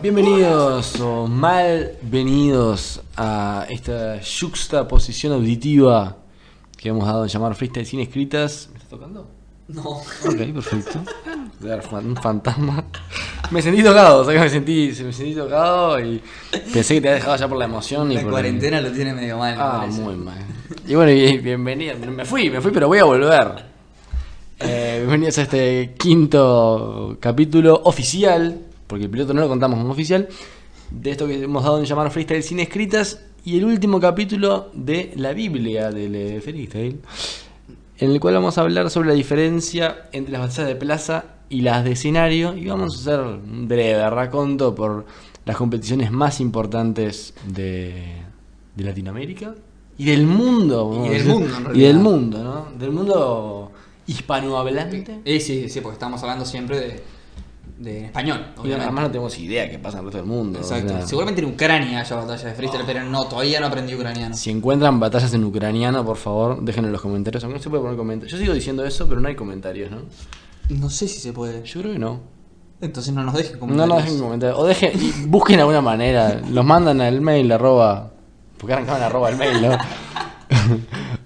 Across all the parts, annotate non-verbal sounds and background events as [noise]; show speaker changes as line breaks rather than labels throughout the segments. Bienvenidos o malvenidos a esta juxtaposición auditiva que hemos dado en llamar freestyle sin escritas. ¿Me estás tocando?
No.
Ok, perfecto. Era Un fantasma. Me sentí tocado, o sea que me sentí, me sentí tocado y pensé que te había dejado ya por la emoción y
La
por el-
cuarentena lo tiene medio mal. me
Ah,
parece.
muy mal. Y bueno, y bienvenido. Me fui, me fui, pero voy a volver. Eh, bienvenidos a este quinto capítulo oficial, porque el piloto no lo contamos como oficial, de esto que hemos dado en llamar freestyle sin escritas y el último capítulo de la Biblia del eh, freestyle, en el cual vamos a hablar sobre la diferencia entre las batallas de plaza y las de escenario y vamos a hacer un breve raconto por las competiciones más importantes de, de Latinoamérica y del mundo. vamos a
del
decir.
mundo, en
Y del
realidad.
mundo, ¿no? Del mundo hispanohablante.
Eh, sí, sí, porque estamos hablando siempre de, de en español,
Y
obviamente.
además no tenemos idea qué pasa en el resto del mundo. o
Exacto.
sea,
Seguramente en Ucrania haya batallas de freestyle, pero no, todavía no aprendí ucraniano.
si encuentran batallas en ucraniano, por favor, déjenlo en los comentarios. Aunque no se puede poner comentarios. Yo sigo diciendo eso, pero no hay comentarios, ¿no?
No sé si se puede.
Yo creo que no.
Entonces no nos dejen
No
comentarios.
nos dejen comentarios. O dejen, y busquen alguna manera. Los mandan al mail arroba. Porque arrancaban arroba el mail, ¿no?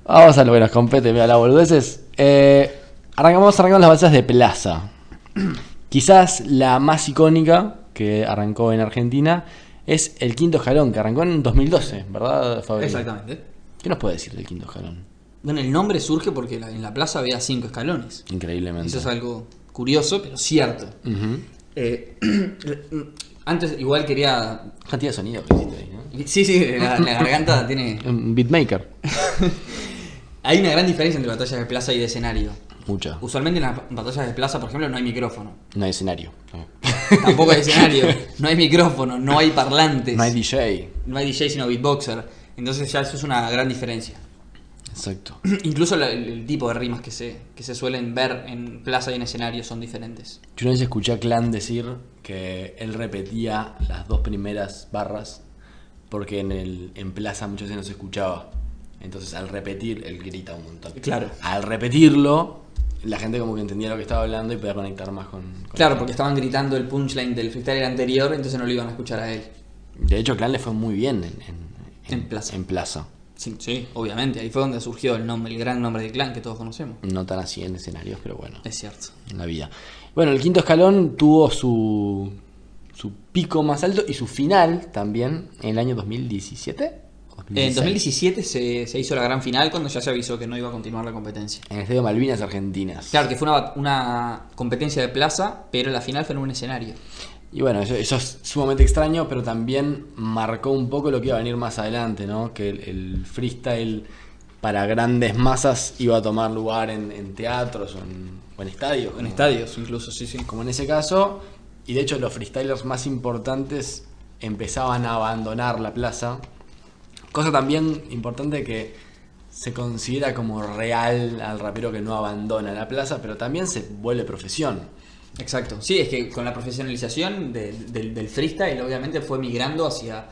Vamos a lo que nos compete, mira, la boludeces. Eh, arrancamos, arrancamos las batallas de Plaza. [clears throat] Quizás la más icónica que arrancó en Argentina es el quinto escalón, que arrancó en 2012, ¿verdad, Fabri?
Exactamente.
¿Qué nos puede decir del quinto escalón?
Bueno, el nombre surge porque la- en la plaza había cinco escalones.
Increíblemente.
Eso es algo curioso, pero cierto.
Ujú.
Eh, [clears throat] antes, igual quería.
Cantidad de sonido que hiciste ahí, ¿no?
Sí, sí, la- la garganta tiene.
Un beatmaker.
Hay una gran diferencia entre batallas de plaza y de escenario.
Mucha.
Usualmente en las batallas de plaza, por ejemplo, no hay micrófono.
No hay escenario. No.
Tampoco
[laughs]
hay escenario. No hay micrófono, no hay parlantes.
No hay DJ.
no hay DJ sino beatboxer. Entonces ya eso es una gran diferencia. [clears throat]
Exacto.
Incluso la- el, el tipo de rimas que se, que se suelen ver en plaza y en escenario son diferentes.
Yo una vez escuché a Clan decir que él repetía las dos primeras barras porque en, el, en plaza muchas veces no se escuchaba. Entonces al repetir, él grita un montón.
Claro.
Al repetirlo, la gente como que entendía lo que estaba hablando y podía conectar más con... con-
Claro, porque estaban gritando el punchline del freestyle anterior, entonces no lo iban a escuchar a él.
De hecho, Clan le fue muy bien en, en-
En Plaza.
En plaza.
Sí, sí, obviamente. Ahí fue donde surgió el nombre, el gran nombre de clan que todos conocemos.
No tan así en escenarios, pero bueno.
Es cierto.
en la vida. Bueno, el quinto escalón tuvo su, su pico más alto y su final también en el año 2017. ¿O 2016?
En 2017 se, se hizo la gran final cuando ya se avisó que no iba a continuar la competencia.
En el Estadio Malvinas Argentinas.
Claro, que fue una, una competencia de plaza, pero la final fue en un escenario.
Y bueno, eso, eso es sumamente extraño, pero también marcó un poco lo que iba a venir más adelante, ¿no? Que el, el freestyle para grandes masas iba a tomar lugar en, en teatros o en, o en estadios.
En
como-
estadios, incluso, sí, sí.
como en ese caso, y de hecho los freestylers más importantes empezaban a abandonar la plaza, cosa también importante que se considera como real al rapero que no abandona la plaza, pero también se vuelve profesión.
Exacto. Sí, es que con la profesionalización de- del, del freestyle, obviamente fue migrando hacia,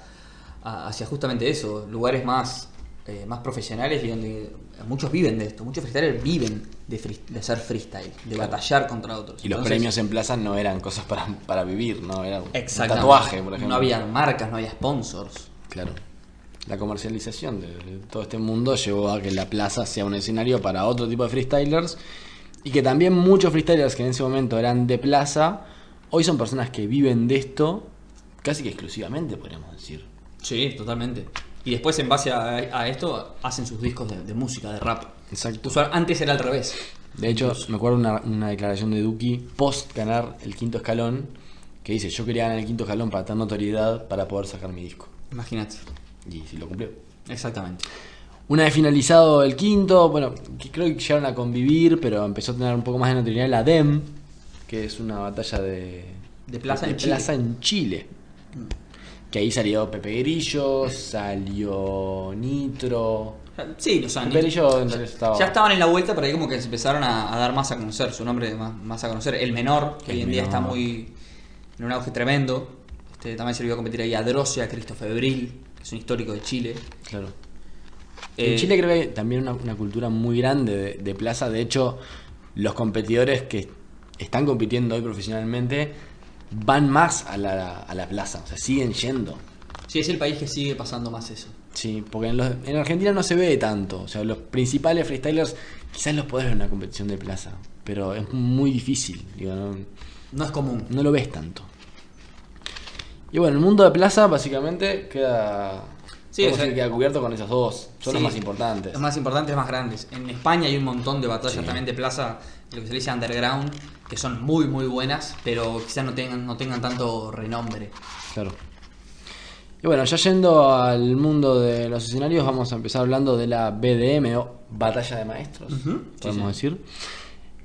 a- hacia justamente eso, lugares más, eh, más profesionales y donde muchos viven de esto. Muchos freestylers viven de, fris- de hacer freestyle, de batallar contra otros.
Y los
Entonces,
premios en plaza no eran cosas para, para vivir, ¿no? Era un
exactamente.
tatuaje, por ejemplo.
No había marcas, no había sponsors.
Claro. La comercialización de, de todo este mundo llevó a que la plaza sea un escenario para otro tipo de freestylers y que también muchos freestylers que en ese momento eran de plaza, hoy son personas que viven de esto casi que exclusivamente, podríamos decir.
Sí, totalmente. Y después, en base a, a esto, hacen sus discos de, de música, de rap.
Exacto.
Usual- Antes era al revés.
De hecho, me acuerdo una, una declaración de Duki post ganar el quinto escalón que dice, yo quería ganar el quinto escalón para tener notoriedad para poder sacar mi disco.
Imagínate.
Y si lo cumplió.
Exactamente.
Una vez finalizado el quinto, bueno, que creo que llegaron a convivir, pero empezó a tener un poco más de notoriedad la DEM, que es una batalla de,
De plaza
de
en Chile.
plaza en Chile. Que ahí salió Pepe Grillo, salió Nitro.
Sí, o sea,
Pepe
ni-
Grillo en realidad estaba.
Ah, Ya estaban en la vuelta, pero ahí como que se empezaron a, a dar más a conocer, su nombre más, más a conocer. El menor, que
El
hoy en día está
Menor.
muy en un auge tremendo. Este, también se le iba a competir ahí a Drosia, a Cristo Febril, que es un histórico de Chile.
Claro.
Eh,
En Chile creo que hay también una, una cultura muy grande de, de plaza. De hecho, los competidores que están compitiendo hoy profesionalmente van más a la, a la plaza, o sea, siguen yendo.
Sí, es el país que sigue pasando más eso.
Sí, porque en, los- en Argentina no se ve tanto. O sea, los principales freestylers quizás los podés ver en una competición de plaza, pero es muy difícil. Digo, no,
No es común.
no lo ves tanto. Y bueno, el mundo de plaza básicamente queda,
Sí,
podemos
o sea-
decir, queda cubierto con esas dos. Son las
Sí.
más importantes.
Los más importantes, más grandes. En España hay un montón de batallas
Sí.
también de plaza, lo que se le dice underground, que son muy, muy buenas, pero quizás no tengan, no tengan tanto renombre.
Claro. Y bueno, ya yendo al mundo de los escenarios, vamos a empezar hablando de la BDM o Batalla de Maestros,
Ujú, sí,
podemos decir.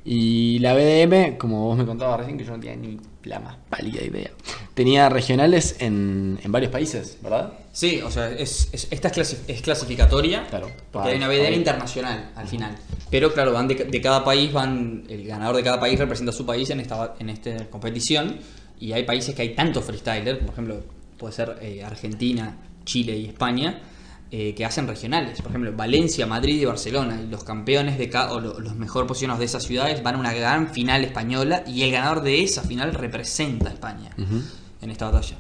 Y la BDM, como vos me contabas recién, que yo no tenía ni la más pálida idea, tenía regionales en, en varios países, ¿verdad?
Sí, o sea, es, es- esta es, clasi- es clasificatoria,
Claro.
porque
Ah,
hay una BDM
ahí.
internacional al final. Pero claro, van de, de cada país, van el ganador de cada país representa su país en esta, ba- en esta competición. Y hay países que hay tantos freestylers, por ejemplo, puede ser eh, Argentina, Chile y España, eh, que hacen regionales. Por ejemplo, Valencia, Madrid y Barcelona. Y los campeones de cada, o lo- los mejor posicionados de esas ciudades van a una gran final española. Y el ganador de esa final representa a España en esta batalla.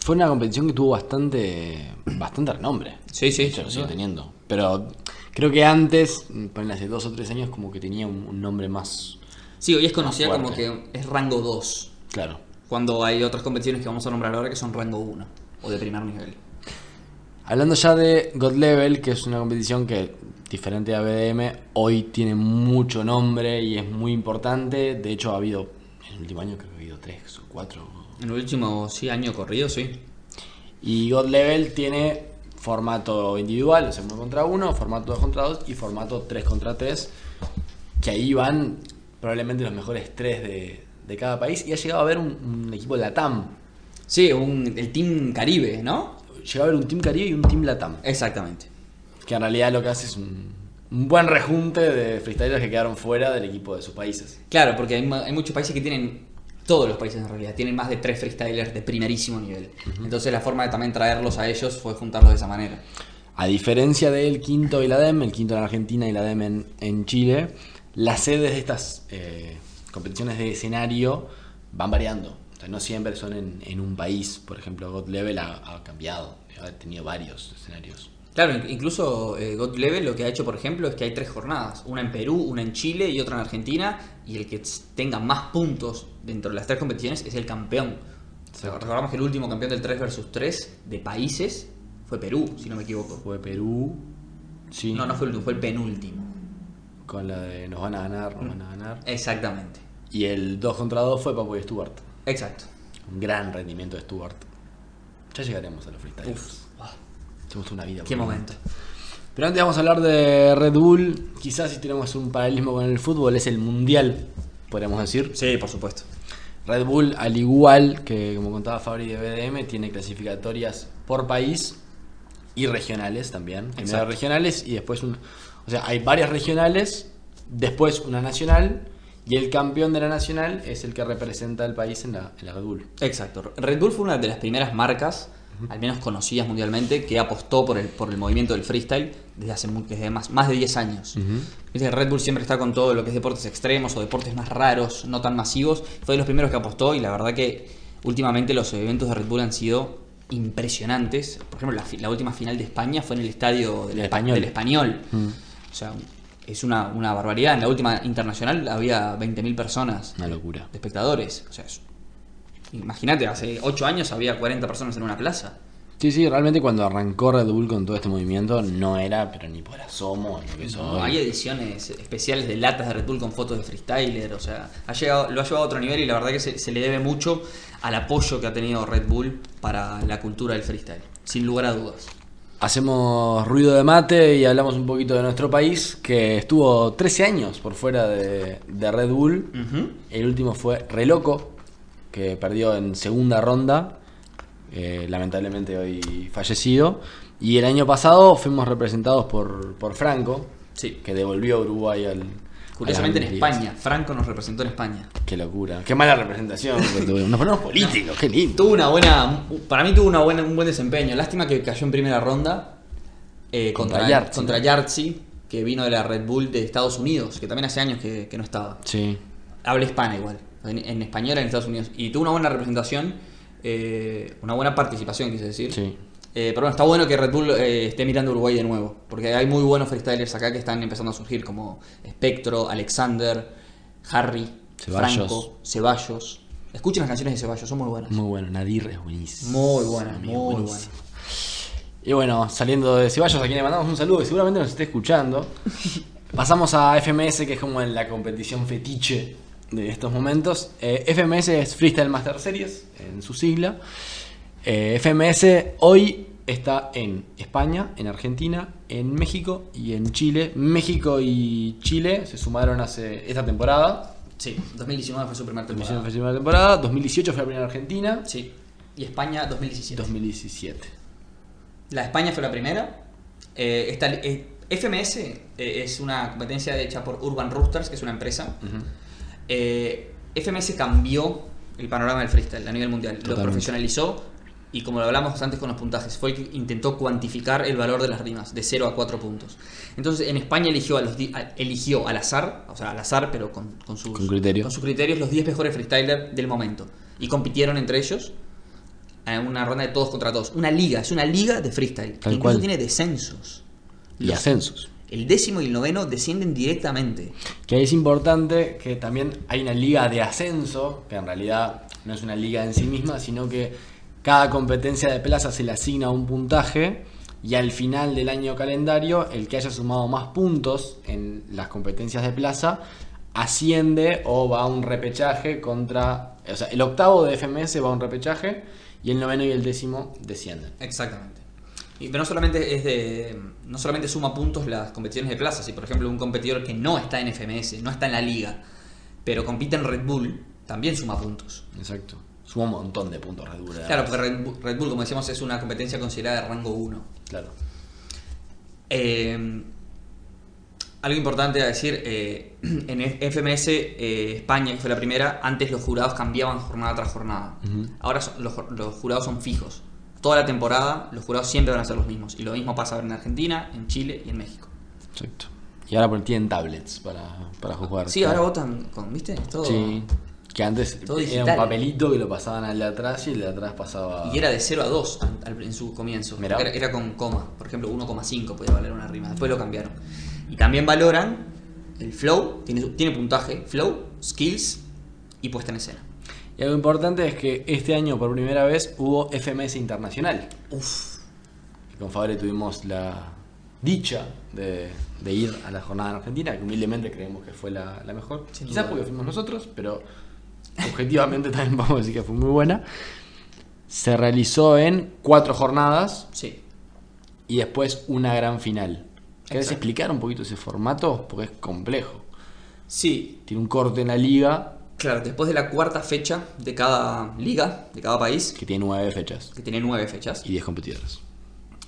Fue una competición que tuvo bastante, bastante renombre.
Sí, sí,
De hecho, lo sigue
¿no?
teniendo. Pero creo que antes, ponele hace dos o tres años, como que tenía un, un nombre más
Sí, hoy es conocida
Más
como
fuerte.
que es rango 2,
claro.
cuando hay otras competiciones que vamos a nombrar ahora que son rango 1 o de primer nivel.
Hablando ya de God Level, que es una competición que, diferente a BDM, hoy tiene mucho nombre y es muy importante. De hecho, ha habido, en el último año creo que ha habido tres o cuatro.
En el último sí, año corrido, sí.
Y God Level tiene formato individual, o sea, uno contra uno, formato dos contra dos y formato tres contra tres. Que ahí van probablemente los mejores tres de, de cada país. Y ha llegado a haber un, un equipo Latam.
Sí, un- el Team Caribe, ¿no?
Llegó a haber un Team Caribe y un Team Latam.
Exactamente.
Que en realidad lo que hace es un, un buen rejunte de freestylers que quedaron fuera del equipo de sus países.
Claro, porque hay, ma- hay muchos países que tienen, todos los países en realidad, tienen más de tres freestylers de primerísimo nivel. Entonces la forma de también traerlos a ellos fue juntarlos de esa manera.
A diferencia del quinto y la DEM, el quinto en Argentina y la DEM en, en Chile, las sedes de estas eh, competiciones de escenario van variando. O sea, no siempre son en, en un país. Por ejemplo, God Level ha, ha cambiado. Ha tenido varios escenarios.
Claro, inc- incluso eh, God Level lo que ha hecho, por ejemplo, es que hay tres jornadas, una en Perú, una en Chile y otra en Argentina, y el que ts- tenga más puntos dentro de las tres competiciones es el campeón. O sea, Recordamos que el último campeón del 3 versus 3 de países fue Perú, si no me equivoco.
Fue Perú. Sí.
No, no fue el último, fue el penúltimo.
Con la de nos van a ganar, nos
Mm.
van a ganar.
Exactamente.
Y el 2 contra 2 fue Papo y Stewart.
Exacto.
Un gran rendimiento de Stewart. Ya llegaremos a los freestylers.
Uf, ah,
Somos una vida.
qué
boludo.
momento.
Pero antes vamos a hablar de Red Bull. Quizás si tenemos un paralelismo con el fútbol, es el mundial, podríamos decir.
Sí, por supuesto.
Red Bull, al igual que como contaba Fabri de BDM, tiene clasificatorias por país y regionales también. Primero
Exacto.
regionales y después un... O sea, hay varias regionales, después una nacional y el campeón de la nacional es el que representa al país en la, en la Red Bull.
Exacto. Red Bull fue una de las primeras marcas, al menos conocidas mundialmente, que apostó por el, por el movimiento del freestyle desde hace mu- desde más, más de 10 años. Viste que Red Bull siempre está con todo lo que es deportes extremos o deportes más raros, no tan masivos. Fue de los primeros que apostó y la verdad que últimamente los eventos de Red Bull han sido impresionantes. Por ejemplo, la, fi- la última final de España fue en el estadio del
Del
Espa-
Español.
Del español. O sea, es una, una barbaridad. En la última internacional había 20.000 personas
Una locura.
de espectadores. O sea, es- imagínate, hace 8 años había 40 personas en una plaza.
Sí, sí, realmente cuando arrancó Red Bull con todo este movimiento no era, pero ni por asomo, lo que es hoy.
Hay ediciones especiales de latas de Red Bull con fotos de freestyler. O sea, ha llegado, lo ha llevado a otro nivel y la verdad que se, se le debe mucho al apoyo que ha tenido Red Bull para la cultura del freestyle. Sin lugar a dudas.
Hacemos ruido de mate y hablamos un poquito de nuestro país, que estuvo 13 años por fuera de, de Red Bull. El último fue Reloco, que perdió en segunda ronda, eh, lamentablemente hoy fallecido. Y el año pasado fuimos representados por, por Franco,
Sí.
que devolvió a Uruguay al... a las
Curiosamente en
grandes ligas.
España. Franco nos representó en España.
Qué locura, qué mala [laughs] representación. que tuvimos. Nos ponemos políticos, qué lindo.
Tuvo una buena. Para mí tuvo una buena, un buen desempeño. Lástima que cayó en primera ronda eh,
Contra
contra,
Yartzi.
contra Yartzi, que vino de la Red Bull de Estados Unidos, que también hace años que, que no estaba.
Sí.
Habla hispana igual. en, en español en Estados Unidos. Y tuvo una buena representación, eh, una buena participación, quise decir.
Sí.
Eh, pero bueno, está bueno que Red Bull eh, esté mirando a Uruguay de nuevo, porque hay muy buenos freestylers acá que están empezando a surgir, como Spectro, Alexander, Harry,
Ceballos.
Franco, Ceballos. Escuchen las canciones de Ceballos, son muy buenas.
Muy bueno, Nadir es buenísimo.
Muy buenas,
amigo,
muy
buenísimo. Y bueno, saliendo de Ceballos, a quien le mandamos un saludo, que seguramente nos esté
[laughs]
escuchando. Pasamos a FMS, que es como en la competición fetiche de estos momentos. Eh, FMS es Freestyle Master Series, en su sigla. Eh, FMS hoy está en España, en Argentina, en México y en Chile. México y Chile se sumaron hace esta temporada.
Sí, 2019 fue su primer
Emisión
temporada.
fue la primera temporada. 2018 fue la primera en Argentina.
Sí. Y España 2017.
2017.
La de España fue la primera. Eh, esta- eh, FMS eh, es una competencia hecha por Urban Roosters, que es una empresa.
Ujú.
Eh, FMS cambió el panorama del freestyle a nivel mundial. Lo
Totalmente.
profesionalizó y como lo hablamos antes con los puntajes, fue el que intentó cuantificar el valor de las rimas de 0 a 4 puntos. Entonces en España eligió, a los, di- a- eligió al azar, o sea, al azar, pero con, con sus,
Con criterio.
con sus criterios, los 10 mejores freestylers del momento. Y compitieron entre ellos en Ah, una ronda de todos contra todos. Una liga, es una liga de freestyle.
Tal
que incluso
cual.
tiene descensos.
Y ascensos.
El décimo y el noveno descienden directamente.
Que ahí es importante que también hay una liga de ascenso, que en realidad no es una liga en sí misma, sino que cada competencia de plaza se le asigna un puntaje y al final del año calendario el que haya sumado más puntos en las competencias de plaza asciende o va a un repechaje contra... O sea, el octavo de FMS va a un repechaje y el noveno y el décimo descienden.
Exactamente. Y, pero no solamente es de, no solamente suma puntos las competiciones de plaza. Si por ejemplo un competidor que no está en FMS, no está en la liga, pero compite en Red Bull, también suma puntos.
Exacto. Suma un montón de puntos Red Bull. además.
Claro, porque Red Bu- Red Bull, como decíamos, es una competencia considerada de rango 1.
Claro.
Eh, algo importante a decir, eh, [clears throat] en F- FMS eh, España, que fue la primera, antes los jurados cambiaban jornada tras jornada.
Ujú.
Ahora son- los, jor- los jurados son fijos. Toda la temporada los jurados siempre van a ser los mismos. Y lo mismo pasa en Argentina, en Chile y en México.
Exacto. Y ahora por- tienen tablets para, para jugar.
Ah, Sí, ahora votan con, ¿viste? Todo.
Sí. Que antes
Todo
era un
digital. eh.
papelito que lo pasaban al de atrás y el de atrás pasaba.
Y era de 0 a 2 an- al- en su comienzo.
Mirá.
Era, era con coma. Por ejemplo, 1,5 podía valer una rima. Después lo cambiaron. Y también valoran el flow, tiene, su- tiene puntaje, flow, skills y puesta en escena.
Y algo importante es que este año por primera vez hubo FMS Internacional.
Uf,
Y Con Fabre tuvimos la dicha de, de ir a la jornada en Argentina, que humildemente creemos que fue la, la mejor.
Sin
Quizás
duda.
porque fuimos nosotros, pero objetivamente [laughs] también vamos a decir que fue muy buena. Se realizó en cuatro jornadas,
sí.
y después una gran final. ¿Querés
Exacto.
explicar un poquito ese formato? Porque es complejo.
Sí,
Tiene un corte en la liga
claro, después de la cuarta fecha de cada liga, de cada país,
que tiene nueve fechas
que tiene nueve fechas,
y diez competidores.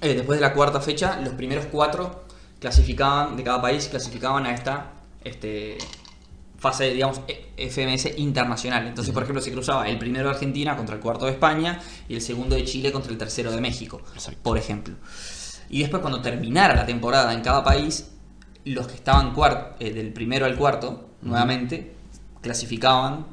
eh, después de la cuarta fecha, los primeros cuatro clasificaban, de cada país, clasificaban a esta este, fase, digamos, e- FMS internacional. Entonces, por ejemplo, se cruzaba el primero de Argentina contra el cuarto de España y el segundo de Chile contra el tercero de México,
Exacto.
por ejemplo. Y después, cuando terminara la temporada en cada país, los que estaban cuar- eh, del primero al cuarto, nuevamente, clasificaban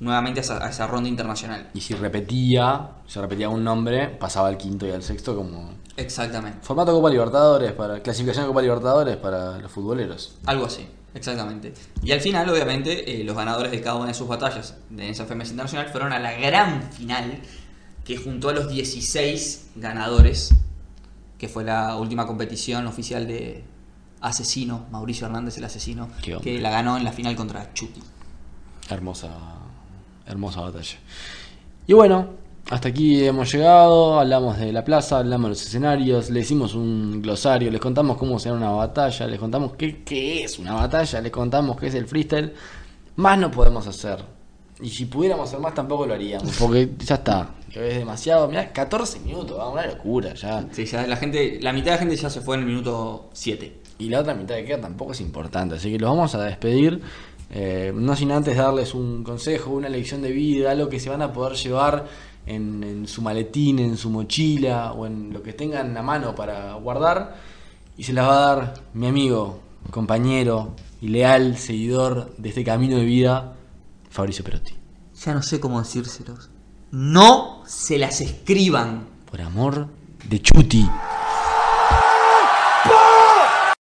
nuevamente a esa, a esa ronda internacional.
Y si repetía, se repetía un nombre, pasaba al quinto y al sexto como...
Exactamente.
Formato Copa Libertadores, para clasificación de Copa Libertadores para los futboleros.
Algo así, exactamente. Y al final, obviamente, eh, los ganadores de cada una de sus batallas de esa FMS Internacional fueron a la gran final que juntó a los 16 ganadores, que fue la última competición oficial de Asesino, Mauricio Hernández el Asesino,
Qué hombre.
que la ganó en la final contra Chucky.
Hermosa, hermosa batalla. Y bueno, hasta aquí hemos llegado, hablamos de la plaza, hablamos de los escenarios, le hicimos un glosario, les contamos cómo será una batalla, les contamos qué, qué es una batalla, les contamos qué es el freestyle. Más no podemos hacer. Y si pudiéramos hacer más tampoco lo haríamos, porque ya está. Es demasiado, mirá, 14 minutos, va, una locura ya.
Sí, ya la, gente, la mitad de la gente ya se fue en el minuto 7.
Y la otra mitad que queda tampoco es importante, así que los vamos a despedir. eh, no sin antes darles un consejo, una lección de vida, algo que se van a poder llevar en, en su maletín, en su mochila o en lo que tengan a mano para guardar. Y se las va a dar mi amigo, compañero y leal seguidor de este camino de vida, Fabricio Perotti.
ya no sé cómo decírselos. No se las escriban.
Por amor de Chuti.